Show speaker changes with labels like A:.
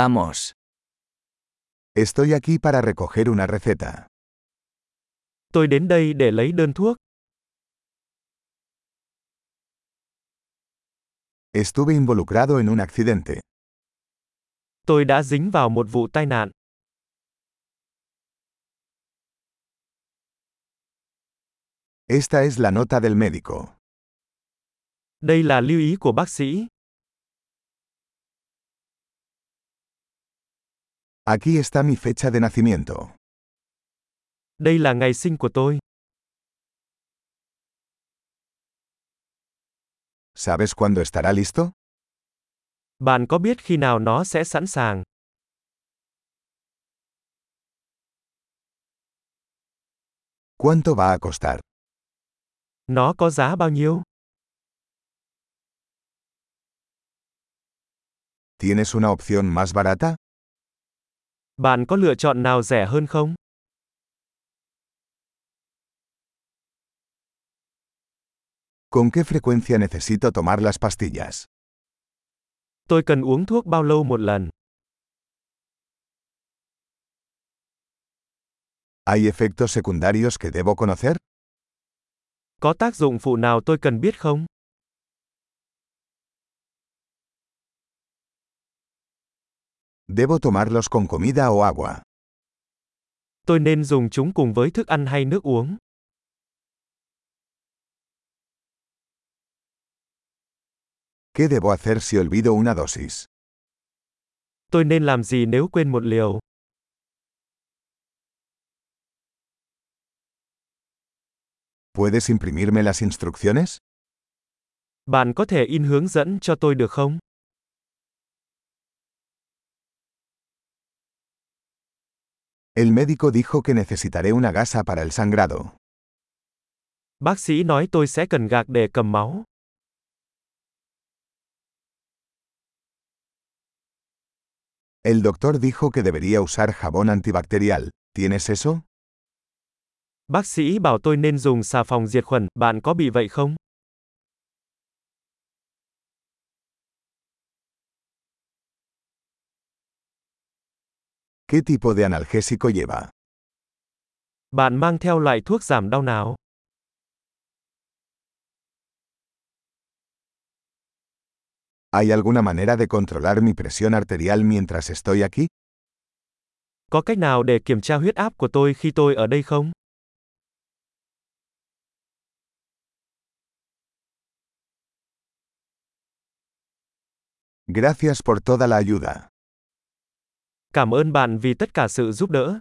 A: Vamos.
B: Estoy aquí para recoger una receta.
C: Tôi đến đây để lấy đơn thuốc.
B: Estuve involucrado en un accidente.
C: Tôi đã dính vào một vụ tai nạn.
B: Esta es la nota del médico.
C: Đây là lưu ý của bác sĩ.
B: Aquí está mi fecha de nacimiento.
C: Đây là ngày sinh của tôi.
B: ¿Sabes cuándo estará listo?
C: Bạn có biết khi nào nó sẽ sẵn sàng?
B: ¿Cuánto va a costar?
C: Nó có giá bao nhiêu?
B: ¿Tienes una opción más barata?
C: Bạn có lựa chọn nào rẻ hơn không?
B: ¿Con qué frecuencia necesito tomar las pastillas?
C: Tôi cần uống thuốc bao lâu một lần?
B: ¿Hay efectos secundarios que debo conocer?
C: Có tác dụng phụ nào tôi cần biết không?
B: ¿Debo tomarlos con comida o agua?
C: Tôi nên dùng chúng cùng với thức ăn hay nước uống?
B: ¿Qué debo hacer si olvido una dosis?
C: Tôi nên làm gì nếu quên một liều?
B: ¿Puedes imprimirme las instrucciones?
C: Bạn có thể in hướng dẫn cho tôi được không?
B: El médico dijo que necesitaré una gasa para el sangrado.
C: Bác sĩ nói tôi sẽ cần gạc để cầm máu.
B: El doctor dijo que debería usar jabón antibacterial. ¿Tienes eso?
C: Bác sĩ bảo tôi nên dùng xà phòng diệt khuẩn, bạn có bị vậy không?
B: ¿Qué tipo de analgésico lleva?
C: Bạn mang theo loại thuốc giảm đau nào?
B: ¿Hay alguna manera de controlar mi presión arterial mientras estoy aquí?
C: Có cách nào để kiểm tra huyết áp của tôi khi tôi ở đây không?
B: Gracias por toda la ayuda.
C: Cảm ơn bạn vì tất cả sự giúp đỡ.